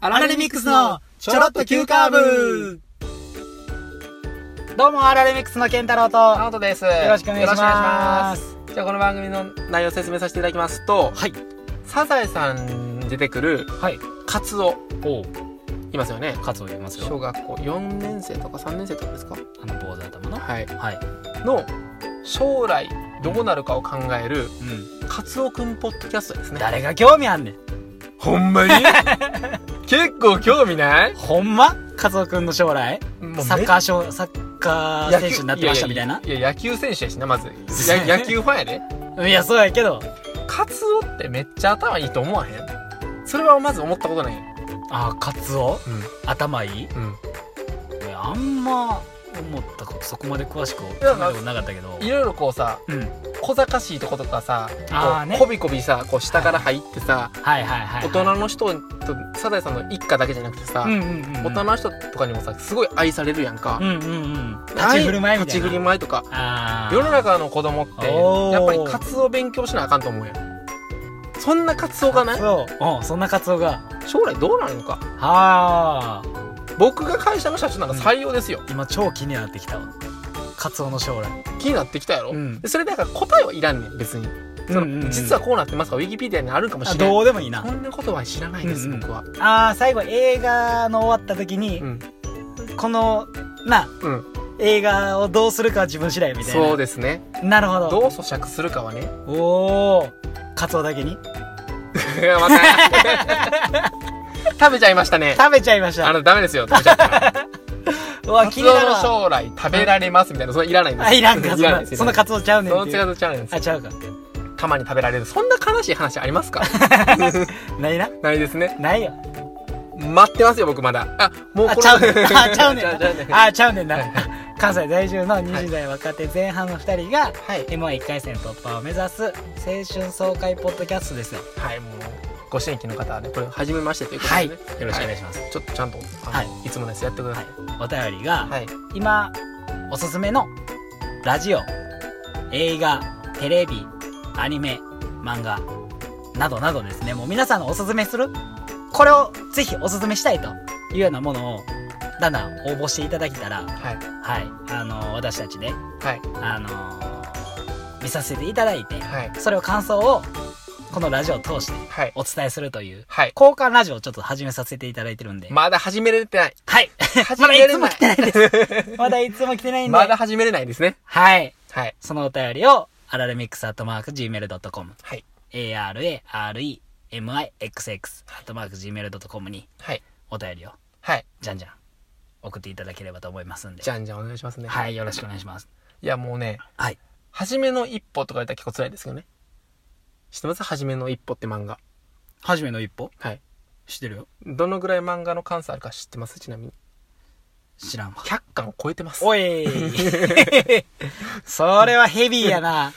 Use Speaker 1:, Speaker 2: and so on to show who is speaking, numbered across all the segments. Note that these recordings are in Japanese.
Speaker 1: アラレミックスのちょろっと急カーブ
Speaker 2: どうもアラレミックスの健太郎とよ
Speaker 1: アウトです。。
Speaker 2: ろしくお願いしますす
Speaker 1: じゃあこの番組の内容を説明させていただきますと、
Speaker 2: はい
Speaker 1: サザエさんに出てくる
Speaker 2: はい
Speaker 1: カツオ
Speaker 2: おう
Speaker 1: いますよね。
Speaker 2: カツオいます
Speaker 1: 小
Speaker 2: よ
Speaker 1: 学校4年生とか3年生とかですか
Speaker 2: あの坊主頭の
Speaker 1: はい。
Speaker 2: はい
Speaker 1: の将来どうなるかを考える
Speaker 2: うん
Speaker 1: カツオくんポッドキャストですね。
Speaker 2: 誰が興味あんねん
Speaker 1: ほんまに 結構興味ない
Speaker 2: ほんまカツオくんの将来サッカー賞サッカー選手になってましたみたいない
Speaker 1: やいや野球選手やしな まずや野球ファンやで
Speaker 2: いやそうやけど
Speaker 1: カツオってめっちゃ頭いいと思わへんそれはまず思ったことない
Speaker 2: あーカツオ
Speaker 1: うん
Speaker 2: 頭いい
Speaker 1: うん
Speaker 2: 俺あんま思ったことそこまで詳しく考え
Speaker 1: いや
Speaker 2: たことなかったけど
Speaker 1: いろいろこうさ
Speaker 2: うん
Speaker 1: 小賢しいとことかさ
Speaker 2: あーね
Speaker 1: こびこびさこう下から入ってさ
Speaker 2: はいはいはい
Speaker 1: 大人の人とサザエさんの一家だけじゃなくてさ、
Speaker 2: うんうんうんうん
Speaker 1: 大人の人とかにもさすごい愛されるやんか、
Speaker 2: うんうんうん立
Speaker 1: はい
Speaker 2: ち振る舞いみた
Speaker 1: 立
Speaker 2: い
Speaker 1: ち
Speaker 2: な
Speaker 1: 振る舞いとか
Speaker 2: あー
Speaker 1: 世の中の子供って
Speaker 2: おー
Speaker 1: やっぱりカツオ勉強しなあかんと思うやんそんなカツオがない
Speaker 2: そう、うん、そんなカツオが
Speaker 1: 将来どうなるのか
Speaker 2: はあ
Speaker 1: 僕が会社の社長なんか採用ですよ、
Speaker 2: 今超気になってきたわカツオの将来
Speaker 1: 気になってきたやろ、
Speaker 2: うん
Speaker 1: でそれだから答えはいらんねん別にその、
Speaker 2: うんうんうん
Speaker 1: 実はこうなってますかウィキペディアにあるかも
Speaker 2: あ
Speaker 1: しれない
Speaker 2: どうでもいいな
Speaker 1: そんなことは知らないです、
Speaker 2: うんうん
Speaker 1: 僕は
Speaker 2: あー最後映画の終わった時に、
Speaker 1: うん
Speaker 2: このな
Speaker 1: うん
Speaker 2: 映画をどうするかは自分次第みたいな
Speaker 1: そうですね
Speaker 2: なるほど
Speaker 1: どう咀嚼するかはね
Speaker 2: おおカツオだけに
Speaker 1: また 食べちゃいましたね
Speaker 2: 食べちゃいまし
Speaker 1: あ
Speaker 2: た
Speaker 1: のダメですよ食べちゃったら
Speaker 2: うわ
Speaker 1: カ
Speaker 2: 気
Speaker 1: ツ
Speaker 2: に
Speaker 1: オ
Speaker 2: なる
Speaker 1: の
Speaker 2: わ
Speaker 1: 将来食べられますみたいなそれいらないんです
Speaker 2: あいらんかそ
Speaker 1: い
Speaker 2: ん
Speaker 1: ら ない
Speaker 2: な
Speaker 1: です
Speaker 2: そのカツオちゃうね
Speaker 1: そ
Speaker 2: ん
Speaker 1: の
Speaker 2: って
Speaker 1: 違
Speaker 2: いう
Speaker 1: う違うんです
Speaker 2: あちゃうか
Speaker 1: たまに食べられるそんな悲しい話あり ますか
Speaker 2: ないな
Speaker 1: ないですね
Speaker 2: ないよ
Speaker 1: 待ってますよ僕まだあもう
Speaker 2: あ
Speaker 1: こ
Speaker 2: ちゃうね
Speaker 1: れ
Speaker 2: ん あちゃうねん
Speaker 1: ちゃうねん
Speaker 2: なあちゃうねんな
Speaker 1: はい
Speaker 2: 関西在住の20代若手前半の2人が
Speaker 1: はい
Speaker 2: m 1 1回戦突破を目指す青春爽快ポッドキャストですよ
Speaker 1: はい、もうご新規の方はね、これ初めましてということで、ね
Speaker 2: よろしくお願いします、
Speaker 1: ちょっとちゃんと、あの、、
Speaker 2: はい
Speaker 1: つものやつやってください。
Speaker 2: お便りが、
Speaker 1: はい、
Speaker 2: 今おすすめのラジオ映画テレビアニメ漫画などなどですねもう皆さんのおすすめするこれをぜひおすすめしたいというようなものをだんだん応募していただけた
Speaker 1: は
Speaker 2: ら
Speaker 1: い、
Speaker 2: はいあの私たちで
Speaker 1: はい、
Speaker 2: あの見させていただいて
Speaker 1: はい、
Speaker 2: それを感想をこのラジオを通して
Speaker 1: はい、
Speaker 2: お伝えするという
Speaker 1: はい。
Speaker 2: 交換ラジオをちょっと始めさせていただいてるんで、
Speaker 1: まだ始めれてない。
Speaker 2: はい
Speaker 1: 始
Speaker 2: まだ
Speaker 1: め
Speaker 2: い
Speaker 1: れ
Speaker 2: つも来て
Speaker 1: な。
Speaker 2: ないいです まだいつも来てないんで、
Speaker 1: まだ始めれないですね。
Speaker 2: はい
Speaker 1: はい、
Speaker 2: そのお便りを、アラレミックスアットマーク Gmail.com、
Speaker 1: はい、
Speaker 2: ARAREMIXX アットマーク Gmail.com に
Speaker 1: はい、
Speaker 2: お便りを、
Speaker 1: はい。
Speaker 2: じゃんじゃん、送っていただければと思いますんで
Speaker 1: じ。ゃんじゃんお願いしますね。
Speaker 2: はい、よろしくお願いします。
Speaker 1: いや、もうね、
Speaker 2: はい。
Speaker 1: 初めの一歩とか言ったら結構辛いですけどね。知ってます初めの一歩って漫画。
Speaker 2: はじめの一歩
Speaker 1: はい。
Speaker 2: 知ってるよ
Speaker 1: どのぐらい漫画の関数あるか知ってますちなみに。
Speaker 2: 知らんわ。
Speaker 1: 100巻を超えてます。
Speaker 2: おい それはヘビーやな。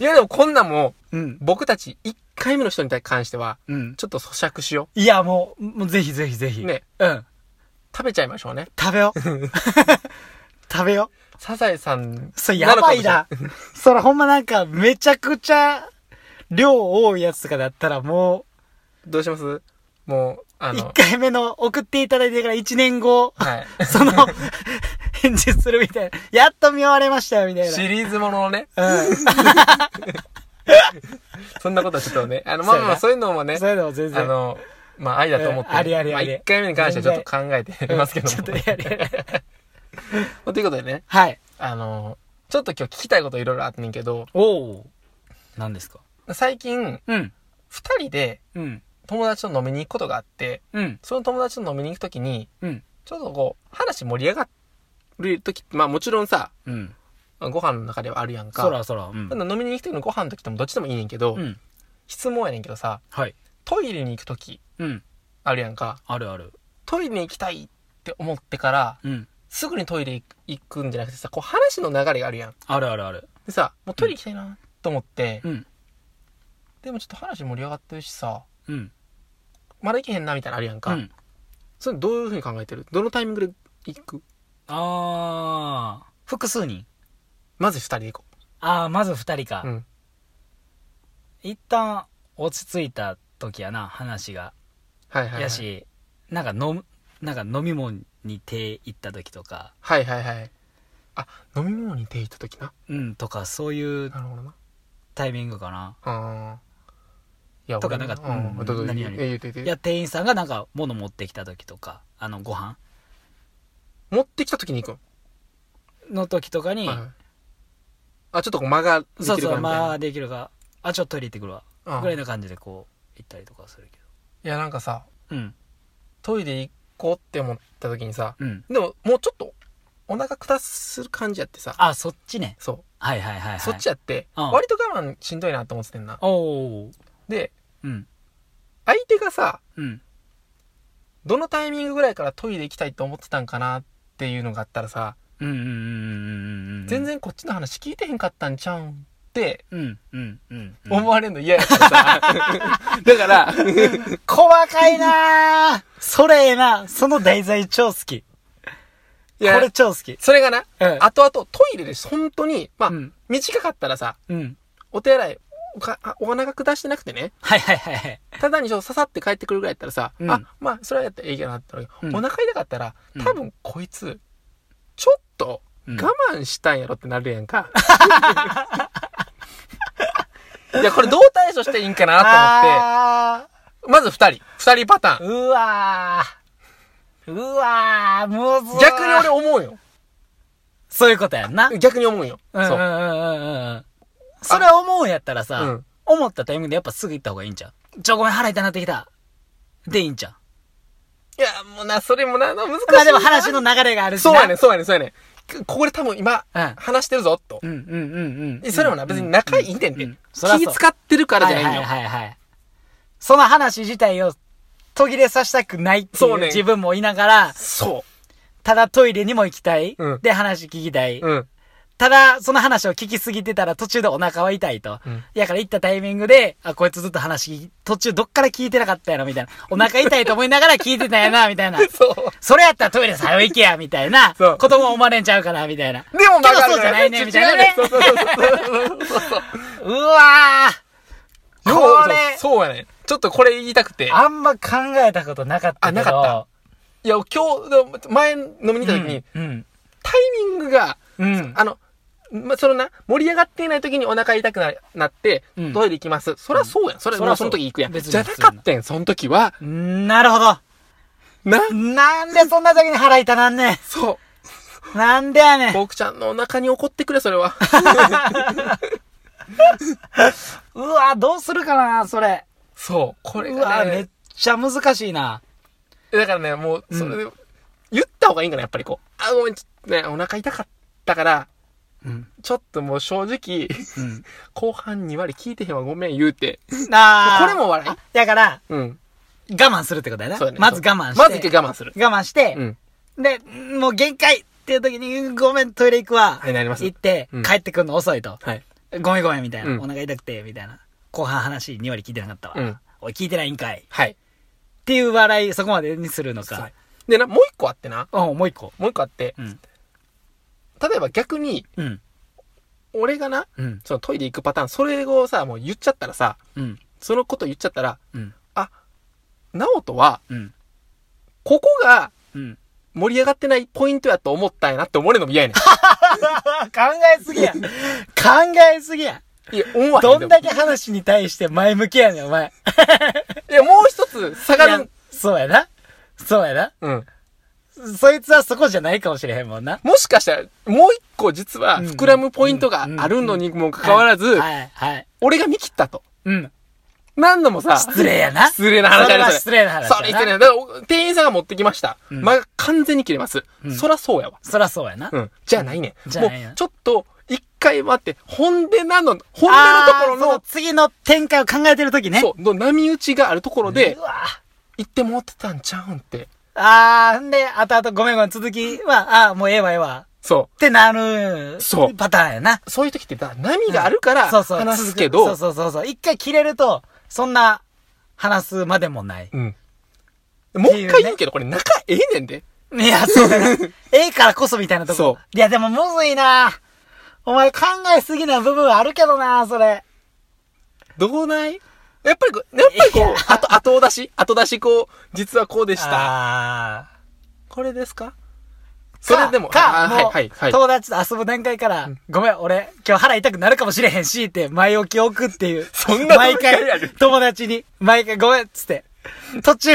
Speaker 1: いや、でもこんなんも、
Speaker 2: うん。
Speaker 1: 僕たち1回目の人に関しては、
Speaker 2: うん。
Speaker 1: ちょっと咀嚼しよ
Speaker 2: いや、もう、もうぜひぜひぜひ。
Speaker 1: う。ね。
Speaker 2: うん。
Speaker 1: 食べちゃいましょうね。
Speaker 2: 食べ よう。食べよう。
Speaker 1: サザエさん。
Speaker 2: それやばい
Speaker 1: な
Speaker 2: な
Speaker 1: のかもしれん。。
Speaker 2: それほんまなんかめちゃくちゃ量多いやつとかだったらも
Speaker 1: どうしますもう、あ
Speaker 2: う、
Speaker 1: の
Speaker 2: 1、回目の送っていただいてから1年後、
Speaker 1: はい。
Speaker 2: その、返事するみたいな。やっと見終われましたよ、みたい
Speaker 1: シリーズもののね、
Speaker 2: な。うん。
Speaker 1: そんなことはちょっとね、あの、まあまあまあ、
Speaker 2: そ
Speaker 1: そういうのもね
Speaker 2: そ、ういうのも全
Speaker 1: あ
Speaker 2: 然。
Speaker 1: の、まあ、愛だと思ってね。
Speaker 2: うんありあり
Speaker 1: ま
Speaker 2: あり
Speaker 1: 1回目に関してはちょっと考えてやりますけども
Speaker 2: ちょっとやりやり。
Speaker 1: まあということでね、
Speaker 2: はい。
Speaker 1: あの、ちょっと今日聞きたいこといろいろあってんけど、
Speaker 2: おお。何ですか
Speaker 1: 最近、
Speaker 2: うん。
Speaker 1: 二人で
Speaker 2: うん。
Speaker 1: 友達と飲みに行くことがあって、
Speaker 2: うん。
Speaker 1: その友達と飲みに行くときに、
Speaker 2: うん。
Speaker 1: ちょっとこう、話盛り上がるとき、まあもちろんさ、
Speaker 2: うん。
Speaker 1: ご飯の中ではあるやんか。
Speaker 2: そらそら。うん
Speaker 1: た。だ飲みに行く時のご飯の時でもどっちでもいいねんけど、
Speaker 2: うん。
Speaker 1: 質問やねんけどさ、
Speaker 2: はい。
Speaker 1: トイレに行く時
Speaker 2: うん。
Speaker 1: あるやんか、
Speaker 2: あるある。
Speaker 1: トイレに行きたいって思ってから、
Speaker 2: うん。
Speaker 1: すぐにトイレ行くんじゃなくてさ、こう話の流れがあるやん。
Speaker 2: あるあるある。
Speaker 1: でさ、もうトイレ行きたいなと思って、
Speaker 2: うん。
Speaker 1: でもちょっと話盛り上がってるしさ、
Speaker 2: うん。
Speaker 1: まだ行けへんなみたいなのあるやん
Speaker 2: う
Speaker 1: か。
Speaker 2: ん。
Speaker 1: それどういうふうに考えてるどのタイミングで行く
Speaker 2: あー。複数人
Speaker 1: まず二人で行こ
Speaker 2: ああ、まず二人か。
Speaker 1: う。うん。
Speaker 2: 一旦落ち着いた時やな、話が。
Speaker 1: はいはい、はい。
Speaker 2: やし、なんか飲むなんか飲み物に手行った時とか
Speaker 1: はいはいはい。あ、飲み物に手いった時な。
Speaker 2: うんとかそういう
Speaker 1: なるほどな。
Speaker 2: タイミングかな
Speaker 1: あーいや、
Speaker 2: とか
Speaker 1: 俺
Speaker 2: なんか
Speaker 1: うん、
Speaker 2: うん
Speaker 1: どうぞ、
Speaker 2: 何々
Speaker 1: え言うて言うて
Speaker 2: いや店員さんがなんか物持ってきた時とかあのご飯
Speaker 1: 持ってきた時に行く
Speaker 2: の時とかに、
Speaker 1: の。はいはいあ、ちょっとこう間ができるか
Speaker 2: そ
Speaker 1: ら
Speaker 2: う
Speaker 1: みたいな。
Speaker 2: そうまあできるかあちょっとトイレ行ってくるわ
Speaker 1: うん
Speaker 2: ぐらいな感じでこう行ったりとかするけ
Speaker 1: いや、なんかさ、
Speaker 2: どうん
Speaker 1: トイレ行こうって思った時にさ、
Speaker 2: うん
Speaker 1: でももうちょっとお腹下す感じやってさ、
Speaker 2: あそっちね
Speaker 1: そ
Speaker 2: はいはいはい、は
Speaker 1: う、
Speaker 2: い、
Speaker 1: そっちやって、
Speaker 2: うん
Speaker 1: 割と我慢しんどいなと思っててんな。
Speaker 2: おお
Speaker 1: で、
Speaker 2: うん
Speaker 1: 相手がさ、
Speaker 2: うん
Speaker 1: どのタイミングぐらいからトイレ行きたいと思ってたんかなっていうのがあったらさ、
Speaker 2: うんうんうんうんうんうん
Speaker 1: 全然こっちの話聞いてへんかったんちゃうんって
Speaker 2: うんうんうんうん
Speaker 1: 思われるの嫌やからさ。 だから、
Speaker 2: 細かいなーそれええなその題材超好き。こ
Speaker 1: いや
Speaker 2: れ超好き。
Speaker 1: それがな、
Speaker 2: うん
Speaker 1: 後々トイレです。本当に、まあ、
Speaker 2: うん
Speaker 1: 短かったらさ、
Speaker 2: うん。
Speaker 1: お手洗い、おかお腹下してなくてね、
Speaker 2: はいはいはいはい。
Speaker 1: ただにちょっと刺さって帰ってくるぐらいやったらさ、
Speaker 2: うん
Speaker 1: あ、まあ、それはやったらいいかなってなるけど、
Speaker 2: うん
Speaker 1: お腹痛かったら、
Speaker 2: うん
Speaker 1: 多分こいつ、ちょっと
Speaker 2: うん
Speaker 1: 我慢したんやろってなるやんか。いや、これどう対処していいんかなと
Speaker 2: あ
Speaker 1: 思って、まず二人、二人パターン。
Speaker 2: ーうわーうわーむずー
Speaker 1: 逆に俺思うよ。
Speaker 2: そういうことやんな。うん
Speaker 1: 逆に思うよ。
Speaker 2: うんうん
Speaker 1: そう。
Speaker 2: うんうん。それ思うんやったら
Speaker 1: う
Speaker 2: さ
Speaker 1: ん、
Speaker 2: 思ったタイミングでやっぱすぐ行った方がいいんちゃうちょ、ごめん腹痛なってきた。でいいんちゃ
Speaker 1: いや、もうな、それもな、な難しい。
Speaker 2: うまあでも話の。流れがあるしな。
Speaker 1: そうやねん、そうやねん、そうやねん。ここで多分今、
Speaker 2: うん
Speaker 1: 話してるぞ、と
Speaker 2: う。んうんうんうん。
Speaker 1: それもな、別に仲いいねん
Speaker 2: う
Speaker 1: で
Speaker 2: ん。そらそう
Speaker 1: 気使ってるからじゃないんよ。
Speaker 2: はいはいはいはい。その話自体を途切れさせたくないってい
Speaker 1: そううね
Speaker 2: 自分もいながら、
Speaker 1: そ
Speaker 2: ただトイレにも行きたい。
Speaker 1: うん
Speaker 2: で、話聞きたい。
Speaker 1: う。うん。
Speaker 2: ただ、その話を聞きすぎてたら途中でお腹は痛いと。
Speaker 1: うん
Speaker 2: やから行ったタイミングで、あ、こいつずっと話聞き、途中どっから聞いてなかったやろみたいな。お腹痛いと思いながら聞いてた やな、みたいな。
Speaker 1: そう。
Speaker 2: それやったらトイレさよ行けや、みたいな。
Speaker 1: そう
Speaker 2: 子供生まれんちゃうかな、みたいな。
Speaker 1: でも曲がる
Speaker 2: けどそうじゃないねみたい なね
Speaker 1: そうそうそうそうそう。
Speaker 2: うわーこれ
Speaker 1: そうやねん。ちょっとこれ言いたくて。
Speaker 2: あんま考えたことなかったけど。
Speaker 1: あなかいや、今日の、前飲みに行った時に、
Speaker 2: うんうん。
Speaker 1: タイミングが、
Speaker 2: うん。
Speaker 1: あの、ま、そのな、盛り上がっていない時にお腹痛くななって、
Speaker 2: うん
Speaker 1: トイレ行きます。そらそうやん。それ
Speaker 2: そらそう
Speaker 1: はその時行くやん。
Speaker 2: 別に
Speaker 1: じゃなかったやん、その時は。
Speaker 2: なるほど。
Speaker 1: な、
Speaker 2: なんでそんな時に腹痛なんね
Speaker 1: そ
Speaker 2: ん。なんでやね
Speaker 1: う。
Speaker 2: ん。
Speaker 1: 僕ちゃんのお腹に怒ってくれ、それ は。
Speaker 2: うわ、どうするかな、それ。
Speaker 1: そう。これ
Speaker 2: うわ、
Speaker 1: が
Speaker 2: めっ
Speaker 1: ね、
Speaker 2: ちゃ難しいな。
Speaker 1: だからね、もう、それで、言った方がいいんかな、やっぱりこう。あ、ごめん、ちょっとね、お腹痛かったから、
Speaker 2: うん。
Speaker 1: ちょっともう正直、
Speaker 2: うん。
Speaker 1: 後半2割聞いてへんわ、ごめん、言うて。
Speaker 2: なあ。
Speaker 1: これも笑い
Speaker 2: あ。だから、
Speaker 1: うん。
Speaker 2: 我慢するってことやな。
Speaker 1: そうやね。
Speaker 2: まず我慢して。
Speaker 1: まず一回我慢する。
Speaker 2: 我慢して
Speaker 1: う、ん。
Speaker 2: で、もう限界っていう時に、ごめん、トイレ行くわ。
Speaker 1: はいなります
Speaker 2: 行って
Speaker 1: う、ん
Speaker 2: 帰ってくるの遅いと。
Speaker 1: はい。
Speaker 2: ごめんごめん、みたいな。
Speaker 1: うん
Speaker 2: お腹痛くて、みたいな。後半話2割聞いてなかった
Speaker 1: う
Speaker 2: わ
Speaker 1: ん。
Speaker 2: おい、聞いてないんかい。っ
Speaker 1: はい。
Speaker 2: ていう笑い、そこまでにするの
Speaker 1: そ
Speaker 2: か
Speaker 1: う。でな、もう一個あってな。
Speaker 2: うん、もう一個。
Speaker 1: もう一個あって、
Speaker 2: うん。
Speaker 1: 例えば逆に、
Speaker 2: うん。
Speaker 1: 俺がな、
Speaker 2: うん。
Speaker 1: そのトイレ行くパターン、それをさ、もう言っちゃったらさ、
Speaker 2: うん。
Speaker 1: そのこと言っちゃったら、
Speaker 2: うん。
Speaker 1: ナオトは、
Speaker 2: うん。
Speaker 1: ここが
Speaker 2: うん。
Speaker 1: 盛り上がってないポイントやと思ったんやなって思われるのも嫌やね
Speaker 2: 考えすぎや。考えすぎや。
Speaker 1: ん。いや、思わへ
Speaker 2: ど
Speaker 1: んでも
Speaker 2: んだけ話に対して前向きやねん、お前。
Speaker 1: いや、もう一つ下が
Speaker 2: いや
Speaker 1: る。
Speaker 2: そうやな。そうやな。
Speaker 1: うん。
Speaker 2: そいつはそこじゃないかもしれへんもんな。
Speaker 1: もしかしたら、もう一個実は
Speaker 2: うん
Speaker 1: 膨らむポイントがあるのにもかかわらず、
Speaker 2: はい、はい。
Speaker 1: 俺が見切ったと。
Speaker 2: うん。
Speaker 1: 何度もさ、
Speaker 2: 失礼やな。
Speaker 1: 失礼な話
Speaker 2: そ
Speaker 1: や
Speaker 2: れは
Speaker 1: ね
Speaker 2: 失礼な話やな
Speaker 1: それ失礼な。だからお、店員さんが持ってきました。
Speaker 2: うん
Speaker 1: まあ、完全に切れます。
Speaker 2: うん
Speaker 1: そらそうやわ。
Speaker 2: そらそうやな。
Speaker 1: うん。じゃあないね
Speaker 2: じ
Speaker 1: ん。
Speaker 2: ゃあ
Speaker 1: も
Speaker 2: ないやん
Speaker 1: う、ちょっと、一回待って、本音なの、本
Speaker 2: あー
Speaker 1: 音のとこ
Speaker 2: そ
Speaker 1: ろの、
Speaker 2: 次の展開を考えてるときね。
Speaker 1: そう、の波打ちがあるところで
Speaker 2: う、わ
Speaker 1: 行ってもってたんちゃうんって。
Speaker 2: あー、んで、あとあとごめんごめん、続きは、あー、もうええわええわ。
Speaker 1: そ
Speaker 2: ってなる、
Speaker 1: そう
Speaker 2: パターンやな。
Speaker 1: う。そういう時ってさ、波があるから、
Speaker 2: そうそう。
Speaker 1: 話すけ
Speaker 2: そ
Speaker 1: ど
Speaker 2: う、そうそうそう。一回切れると、そんな、話すまでもない。
Speaker 1: うん。もう一回言うけど、これ仲ええねんで。
Speaker 2: いや、そうだな。ええからこそみたいなとこ。
Speaker 1: そう
Speaker 2: いや、でもむずいなお前考えすぎな部分あるけどなそれ。
Speaker 1: どうないやっぱりこう、やっぱり
Speaker 2: い
Speaker 1: こ
Speaker 2: や
Speaker 1: う、あと、後出し後出しこう、実はこうでした。
Speaker 2: あー
Speaker 1: これですかそ
Speaker 2: か
Speaker 1: れでも、
Speaker 2: か、
Speaker 1: あ
Speaker 2: もう、
Speaker 1: はい、はい、はい。
Speaker 2: 友達と遊ぶ段階から、ごめん、俺、今日腹痛くなるかもしれへんし、って、前置きを置くっていう。
Speaker 1: そんな
Speaker 2: 毎
Speaker 1: 段階あ
Speaker 2: 回
Speaker 1: る、
Speaker 2: 友達に、毎回、ごめん、っつって。途中、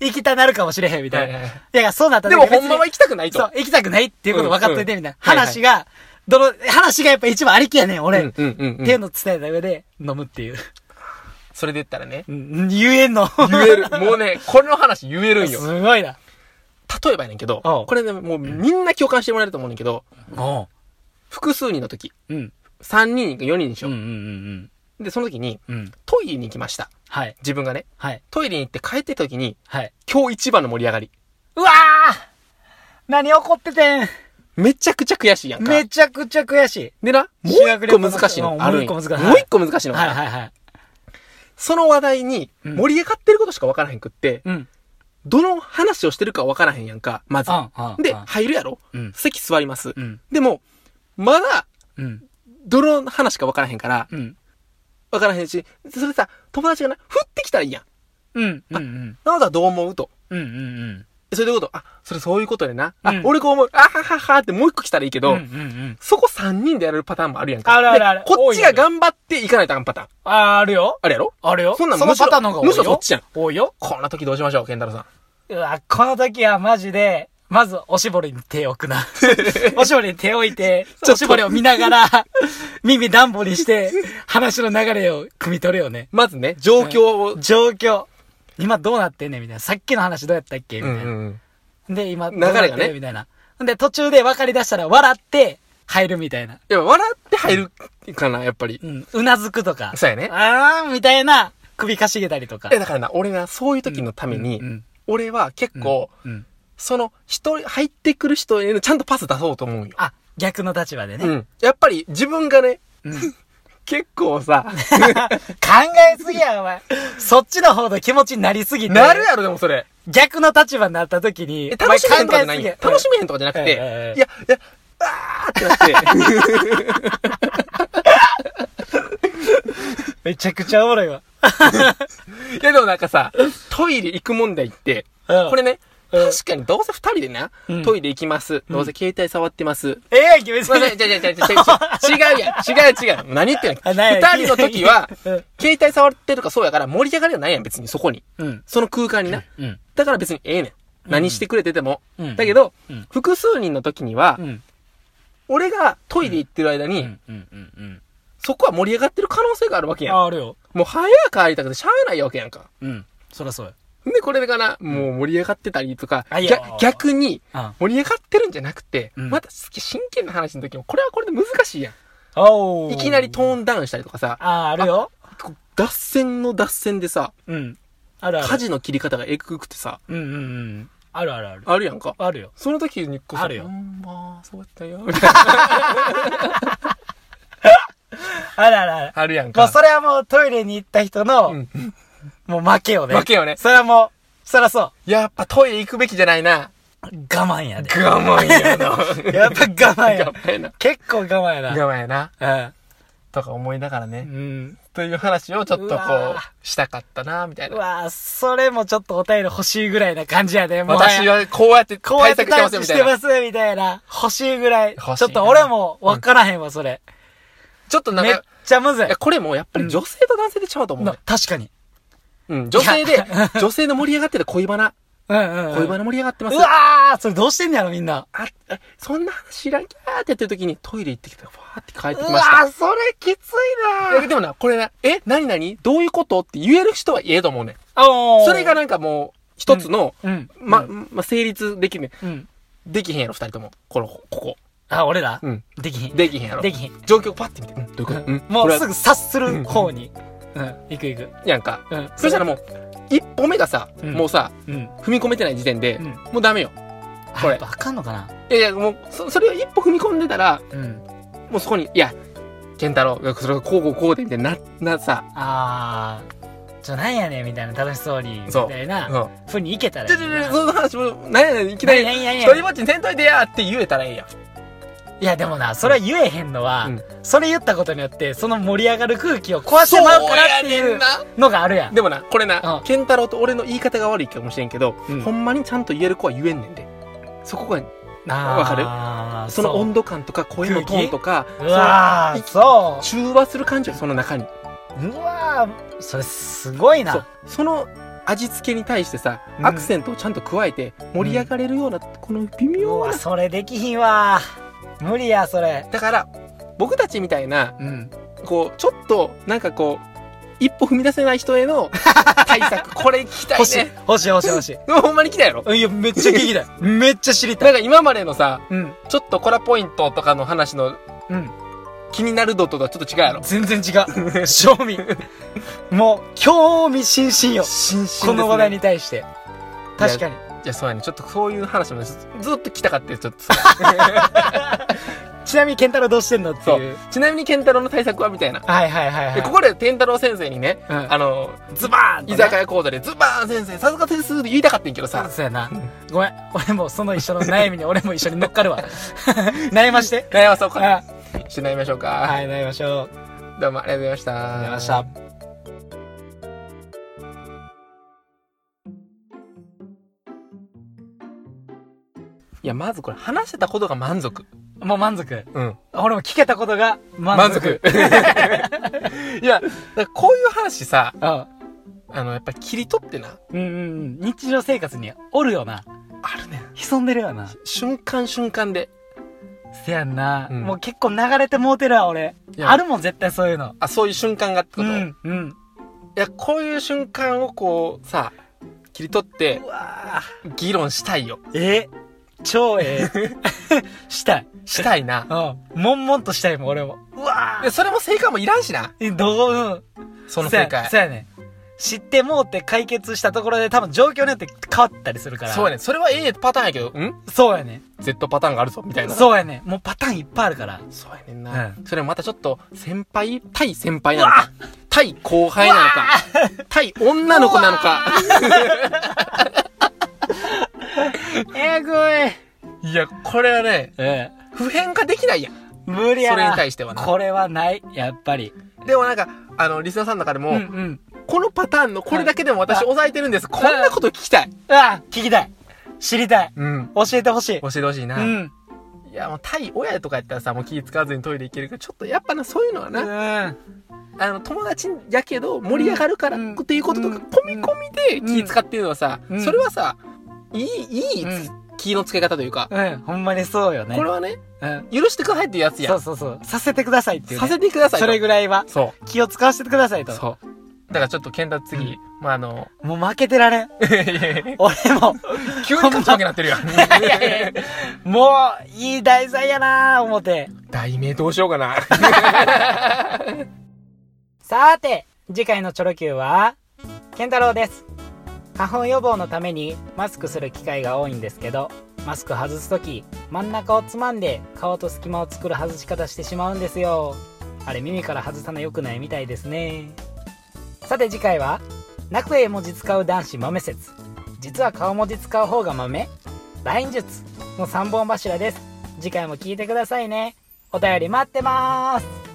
Speaker 2: 行きたなるかもしれへん、みたいな。
Speaker 1: はいいはい
Speaker 2: や、そうなった
Speaker 1: で
Speaker 2: 時
Speaker 1: も、
Speaker 2: 別に
Speaker 1: ほんまは行きたくないと。
Speaker 2: そう、行きたくないっていうこと分かっといて、
Speaker 1: うん
Speaker 2: みたいな。
Speaker 1: はいはい
Speaker 2: 話が、どの、話がやっぱ一番ありきやねん、俺。
Speaker 1: うんうんうんうん
Speaker 2: っていうのを伝えた上で、飲むっていう。
Speaker 1: それで言ったらね、
Speaker 2: うん言えんの。
Speaker 1: 言える。もうね、これの話言えるんよ。
Speaker 2: すごいな。
Speaker 1: 例えばやねんけど、
Speaker 2: おう
Speaker 1: これね、もうみんな共感してもらえると思うねんだけど、
Speaker 2: お
Speaker 1: 複数人の時、
Speaker 2: う。うん。
Speaker 1: 3人、4人でし
Speaker 2: う
Speaker 1: ょ
Speaker 2: んうんう。ん
Speaker 1: で、その時に、
Speaker 2: うん。うん。
Speaker 1: トイレに行きました。
Speaker 2: はい。
Speaker 1: 自分がね、
Speaker 2: はい。
Speaker 1: トイレに行って帰ってきた時に、
Speaker 2: はい。
Speaker 1: 今日一番の盛り上がり。
Speaker 2: うわー何怒っててん
Speaker 1: めちゃくちゃ悔しいやんか。
Speaker 2: めちゃくちゃ悔しい。
Speaker 1: でな、もう
Speaker 2: 修学
Speaker 1: 一
Speaker 2: 旅
Speaker 1: 個
Speaker 2: 行
Speaker 1: 難しいのあるんよ
Speaker 2: もう一個難しい
Speaker 1: もう一個難しいの
Speaker 2: はい
Speaker 1: が
Speaker 2: はいはい。
Speaker 1: その話題に
Speaker 2: うん
Speaker 1: 盛り上がってることしか分からへんくって、
Speaker 2: うん。
Speaker 1: どの話をしてるか分からへんやんか、まず。
Speaker 2: あ
Speaker 1: で、
Speaker 2: あ
Speaker 1: 入るやろ
Speaker 2: うん。
Speaker 1: 席座ります
Speaker 2: う。ん。
Speaker 1: でも、まだ、
Speaker 2: うん。
Speaker 1: どの話か分からへんから、
Speaker 2: うん。
Speaker 1: 分からへんし、それさ、友達がな、降ってきたらいいやん。
Speaker 2: うん。うん。うん。
Speaker 1: なのだどう思うと。
Speaker 2: うん。うん。
Speaker 1: それどういうことあ、それそういうことでな。あ、
Speaker 2: うん
Speaker 1: 俺こう思う。あはははってもう一個来たらいいけど、
Speaker 2: うん。うん。
Speaker 1: そこ3人でやるパターンもあるやんか。
Speaker 2: あるあるある
Speaker 1: でこっち
Speaker 2: 多
Speaker 1: が
Speaker 2: いよ
Speaker 1: 頑張っていかないとあかんパターン。
Speaker 2: あー、あるよ。
Speaker 1: あるやろ
Speaker 2: あるよ。
Speaker 1: そんなん
Speaker 2: その
Speaker 1: むしろ
Speaker 2: パターンの方が多いよ。
Speaker 1: むしろそっちやん。
Speaker 2: 多いよ。
Speaker 1: こんな時どうしましょう、健太郎さん。
Speaker 2: うわ、この時はマジで、まずおしぼりに手を置 くな。おしぼりに手を置いて、
Speaker 1: ちょっと
Speaker 2: おしぼりを見ながら、耳暖房にして、話の流れを汲み取るよね。
Speaker 1: まずね、状況を、
Speaker 2: 状況。今どうなってんねんみたいな。さっきの話どうやったっけみ
Speaker 1: う
Speaker 2: た
Speaker 1: ん
Speaker 2: いな。
Speaker 1: うん
Speaker 2: で、今、
Speaker 1: 流れがね
Speaker 2: どうなってるみたいな。で、途中で分かり出したら笑って入るみたいな。
Speaker 1: やっぱ笑って入るかな、やっぱり。
Speaker 2: うん。うなずくとか。
Speaker 1: そうやね
Speaker 2: あーみたいな、首かしげたりとか
Speaker 1: え、。だからな、俺な、そういう時のために、
Speaker 2: うん
Speaker 1: 俺は結構、
Speaker 2: うん。
Speaker 1: その、人、入ってくる人へのちゃんとパス出そうと思うんよ。
Speaker 2: あ、逆の立場でね。
Speaker 1: うん。やっぱり自分がね、
Speaker 2: うん
Speaker 1: 結構 さ、
Speaker 2: 考えすぎや、お前。そっちの方の気持ちになりすぎて。
Speaker 1: なるやろ、でもそれ。
Speaker 2: 逆の立場になった時に。
Speaker 1: え、楽しめへんとかじゃないん
Speaker 2: お前
Speaker 1: よ
Speaker 2: 考えす
Speaker 1: 楽し
Speaker 2: ぎや
Speaker 1: めへんとかじゃなく
Speaker 2: えええ
Speaker 1: て
Speaker 2: え、
Speaker 1: いや、いや、あーってなって、
Speaker 2: めちゃくちゃおもろ いわ。
Speaker 1: いやでもなんかさ、トイレ行く問題って、
Speaker 2: うん
Speaker 1: これね、
Speaker 2: うん
Speaker 1: 確かにどうせ二人でな
Speaker 2: うん、
Speaker 1: トイレ行きます。どうせ携帯触ってます。
Speaker 2: ええやんけ、別
Speaker 1: すいません、
Speaker 2: に。
Speaker 1: 違う違う違う違う違う違うやん。違う違う。何言ってんの
Speaker 2: あない
Speaker 1: 二人の時は
Speaker 2: うん、
Speaker 1: 携帯触ってるかそうやから盛り上がりはないやん、別にそこに。
Speaker 2: うん。
Speaker 1: その空間にな。
Speaker 2: うん。
Speaker 1: だから別にええねん。何してくれてても
Speaker 2: うん。
Speaker 1: だけど
Speaker 2: うん、
Speaker 1: 複数人の時には
Speaker 2: う、ん。
Speaker 1: 俺がトイレ行ってる間
Speaker 2: う
Speaker 1: に、
Speaker 2: ん。うん。うん。
Speaker 1: そこは盛り上がってる可能性があるわけやん。
Speaker 2: あ、あるよ。
Speaker 1: もう早く帰りたくてしゃあないわけやんか。
Speaker 2: うん。そらそうや。
Speaker 1: で、これでかな、もう盛り上がってたりとか、
Speaker 2: あいや
Speaker 1: ぎゃ逆に、
Speaker 2: あ
Speaker 1: 盛り上がってるんじゃなくて、
Speaker 2: うん
Speaker 1: また好き真剣な話の時も、これはこれで難しいやん。
Speaker 2: お
Speaker 1: いきなりト
Speaker 2: ン。
Speaker 1: ーンダウンしたりとかさ、
Speaker 2: ああ、あるよ。
Speaker 1: こう脱線の脱線でさ、
Speaker 2: うん。あるある。
Speaker 1: 火事の切り方がえぐくてさ、
Speaker 2: うんうんうん。あるあるある。
Speaker 1: あるやんか。
Speaker 2: あるよ。
Speaker 1: その時にこそ、
Speaker 2: あるよ
Speaker 1: うん、まあ、そうやったよ、みたいな。
Speaker 2: あるあるある。
Speaker 1: あるやん
Speaker 2: もう
Speaker 1: か。
Speaker 2: それはもうトイレに行った人
Speaker 1: う
Speaker 2: の
Speaker 1: ん、
Speaker 2: もう負けよね。
Speaker 1: 負けよね
Speaker 2: それはもう、そらそ
Speaker 1: やっぱトイレ行くべきじゃないな。
Speaker 2: う。我慢やで。
Speaker 1: 我慢やな。
Speaker 2: やっぱ我慢や
Speaker 1: 我。慢やな。
Speaker 2: 結構我慢やな。
Speaker 1: 我慢やな。
Speaker 2: うん。
Speaker 1: とか思いながらね。
Speaker 2: うん。
Speaker 1: という話をちょっとこ
Speaker 2: うわ
Speaker 1: う、したかったな、みたいうな。
Speaker 2: わぁ、それもちょっとお便り欲しいぐらいな感じやね。もう
Speaker 1: 私、はこうやって
Speaker 2: こうや
Speaker 1: 対
Speaker 2: っ
Speaker 1: 策して
Speaker 2: て対
Speaker 1: ますよ、
Speaker 2: 策
Speaker 1: み
Speaker 2: したて
Speaker 1: いな
Speaker 2: ま。す、みたいな。欲しいぐらい。
Speaker 1: 欲しいな
Speaker 2: ちょっと俺もわからへんわ、それ。
Speaker 1: ちょっとなん
Speaker 2: めっ
Speaker 1: か、
Speaker 2: ちゃむずい
Speaker 1: いや。これもうやっぱり女性と男性でちゃうと思う、
Speaker 2: な
Speaker 1: ね
Speaker 2: 確かに。
Speaker 1: うん。女性
Speaker 2: い
Speaker 1: で、女性の盛り上がってる恋バナ。
Speaker 2: うんうんう
Speaker 1: 恋
Speaker 2: ん。
Speaker 1: バナ盛り上がってます。
Speaker 2: うわーそれどうしてんねやろ、みんな。
Speaker 1: あ、えそんな話いらんきゃーって言ってる時にトイレ行ってきたら、ファーって帰ってき
Speaker 2: う
Speaker 1: ま
Speaker 2: わ
Speaker 1: した。
Speaker 2: ーそれきつい
Speaker 1: えでもな、これな、え、なになにどういうことって言える人は言えと思うねん。
Speaker 2: なおー
Speaker 1: それが、なんかもう、一つの、
Speaker 2: うん。
Speaker 1: ま、ま、成立できね、
Speaker 2: うん。
Speaker 1: できへんやろ、二人とも。この、ここ。
Speaker 2: あ、俺ら
Speaker 1: うん。
Speaker 2: できひん。
Speaker 1: できへんやろ。
Speaker 2: できひん。
Speaker 1: 状況パッて見て、うん、どういうことうん。
Speaker 2: も
Speaker 1: こ
Speaker 2: う
Speaker 1: れは
Speaker 2: すぐ察する方に。うん。行く行く。
Speaker 1: やんか。
Speaker 2: うん。
Speaker 1: そしたらもう、一歩目がさ、
Speaker 2: うん
Speaker 1: もうさ、
Speaker 2: うん。
Speaker 1: 踏み込めてない時点で、
Speaker 2: うん
Speaker 1: もうダメよ。
Speaker 2: あ
Speaker 1: これ
Speaker 2: やっぱあかんのかない
Speaker 1: やいや、もう、そそれを一歩踏み込んでたら、
Speaker 2: うん。
Speaker 1: もうそこに、いや、健太郎、それがこうこうこうで、みたいな、な、なさ、
Speaker 2: あー、ちょ、なんやねんみたいな、楽しそうに、み
Speaker 1: そう
Speaker 2: たいうな、
Speaker 1: ん。
Speaker 2: ふうにいけたらい
Speaker 1: ち
Speaker 2: い
Speaker 1: ょちょちょ、
Speaker 2: な。
Speaker 1: その話も、なんやねん、いきなり、
Speaker 2: なんやねん
Speaker 1: 一人ぼっちにせんといてやって言えたらええやん。
Speaker 2: いやでもなそれは言えへんのは、
Speaker 1: うん
Speaker 2: それ言ったことによってその盛り上がる空気を壊してまうからっ
Speaker 1: そ
Speaker 2: て
Speaker 1: う
Speaker 2: い
Speaker 1: やね
Speaker 2: うん
Speaker 1: な
Speaker 2: のがあるやん
Speaker 1: でもな、これな、
Speaker 2: うん
Speaker 1: ケンタロウと俺の言い方が悪いかもしれんけど、
Speaker 2: うん
Speaker 1: ほんまにちゃんと言える子は言えんねんで。そこが、
Speaker 2: あー
Speaker 1: わかるその
Speaker 2: う
Speaker 1: 温度感とか声のトーンとか、
Speaker 2: うわーそ
Speaker 1: その中和する感じよ、その中に。
Speaker 2: ううわーそれすご
Speaker 1: そ
Speaker 2: い
Speaker 1: う
Speaker 2: な。
Speaker 1: その味付けに対してさ、
Speaker 2: うん
Speaker 1: アクセントをちゃんと加えて、盛り上がれるような、この微
Speaker 2: う
Speaker 1: 妙
Speaker 2: わ
Speaker 1: な。
Speaker 2: それできひんわ無理やそれ
Speaker 1: だから、僕たちみたいな、
Speaker 2: うん
Speaker 1: こう、ちょっと、なんかこう、一歩踏み出せない人へ の対策、これ聞きたい
Speaker 2: 欲しい
Speaker 1: ね。
Speaker 2: 欲しい欲しい欲し
Speaker 1: でもほんまに来たやろ
Speaker 2: いいやめっちゃ聞きた いめっちゃ知りた
Speaker 1: ないんか今までのさ、
Speaker 2: うん
Speaker 1: ちょっとコラポイントとかの話の
Speaker 2: うん
Speaker 1: 気になる度とはちょっと違うやろ。
Speaker 2: 全然違 う賞味もう興味津々よ
Speaker 1: 新進
Speaker 2: この話題に。対して確かに
Speaker 1: いや、そうやね。ちょっとそういう話もねずずっと来たかって、ちょっと。
Speaker 2: ちなみに健太郎どうしてんのって
Speaker 1: そ
Speaker 2: いう
Speaker 1: う。ちなみに健太郎の対策はみたいな。
Speaker 2: はいはいはいは
Speaker 1: で
Speaker 2: い
Speaker 1: ここで健太郎先生にね、
Speaker 2: うん
Speaker 1: あの、
Speaker 2: ズバーンとね
Speaker 1: 居酒屋講座で、ズバーン先生、さすがですって言いたかったんやけどさ、
Speaker 2: そうやなごめん俺もその一緒の悩みに俺も一緒に乗っかるわ 悩 まして
Speaker 1: 悩まそうか。
Speaker 2: は
Speaker 1: して悩みましょうか。
Speaker 2: いはい悩みましょう
Speaker 1: どうもありがとうございました。
Speaker 2: ありがとうございました
Speaker 1: いや、まずこれ、話してたことが満足。
Speaker 2: もう満足
Speaker 1: うん。
Speaker 2: 俺も聞けたことが
Speaker 1: 満
Speaker 2: 満
Speaker 1: 足
Speaker 2: 足。
Speaker 1: いや、だからこういう話さ、
Speaker 2: うん
Speaker 1: あの、やっぱ切り取ってな、
Speaker 2: うんうんうん日常生活におるよな
Speaker 1: あるねん。
Speaker 2: 潜んでるよな
Speaker 1: 瞬間瞬間で。
Speaker 2: せやんな、
Speaker 1: うん
Speaker 2: もう結構流れてもうてるわ俺
Speaker 1: いや
Speaker 2: あるもん絶対そういうの
Speaker 1: あ、そういう瞬間がってこ
Speaker 2: う
Speaker 1: と、い
Speaker 2: んうん
Speaker 1: や、こういう瞬間をこう、さ、切り取って
Speaker 2: う、わ
Speaker 1: 議論したいよ。
Speaker 2: ーえ超ええ したい
Speaker 1: したいな。
Speaker 2: うん悶々としたいもん俺もうわ
Speaker 1: で、それも正解もいらんしな。
Speaker 2: ーえどううん
Speaker 1: その正解。
Speaker 2: そうやね知ってもうて解決したところで多分状況によって変わったりするから
Speaker 1: そうやねん。それは A パターンやけど、ん
Speaker 2: そうやね
Speaker 1: ?Z パターンがあるぞ、みたいな。う。
Speaker 2: そうやねもうパターンいっぱいあるから
Speaker 1: そうやねんな。
Speaker 2: う
Speaker 1: それもまたちょっと、先輩、対先輩なのか、対後輩なのか、対女の子なのか。
Speaker 2: えぐい
Speaker 1: いや、これはね、
Speaker 2: ええ
Speaker 1: 普遍化できないやん。
Speaker 2: 無理やな
Speaker 1: それに対してはな
Speaker 2: これはないやっぱり
Speaker 1: でもなんか、あの、リスナーさんの中でも、
Speaker 2: うんうん
Speaker 1: このパターンのこれだけでも私
Speaker 2: はい
Speaker 1: 抑えてるんです。こんなこと聞きたい。
Speaker 2: うわ聞きたい知りたい
Speaker 1: うん。
Speaker 2: 教えてほしい
Speaker 1: 教えてほしいうな。
Speaker 2: ん
Speaker 1: いや、もう対親とかやったらさ、もう気使わずにトイレ行けるけど、ちょっとやっぱな、そういうのは
Speaker 2: う
Speaker 1: な、
Speaker 2: ん
Speaker 1: あの、友達やけど盛り上がるから
Speaker 2: うん
Speaker 1: っていうこととか、
Speaker 2: うん
Speaker 1: 込み込みで気使ってるのはさ、
Speaker 2: うん
Speaker 1: それはさ、いい、いい、
Speaker 2: うん
Speaker 1: 気の付け方というか、
Speaker 2: うんほんまにそうよね
Speaker 1: これはね、
Speaker 2: うん
Speaker 1: 許してくださいっていうやつや
Speaker 2: そ
Speaker 1: ん。
Speaker 2: うそうそうさせてくださいっていうね
Speaker 1: させてくださいと。
Speaker 2: それぐらいは
Speaker 1: そ。
Speaker 2: 気を使わせてくださいうと
Speaker 1: そう。だからちょっと、健太次、
Speaker 2: うん
Speaker 1: まあ、あ の、
Speaker 2: もう負けてられん俺も
Speaker 1: 急に勝つわけなってるやん。
Speaker 2: いやいやもういい題材やなぁ思って
Speaker 1: 題名どうしようかな。
Speaker 2: さて次回のチョロ Q は健太郎です花粉予防のためにマスクする機会が多いんですけどマスク外す時真ん中をつまんで顔と隙間を作る外し方してしまうんですよあれ耳から外さない良くないみたいですねさて次回は泣く絵文字使う男子豆説実は顔文字使う方が豆ライン術の3本柱です次回も聞いてくださいねお便り待ってます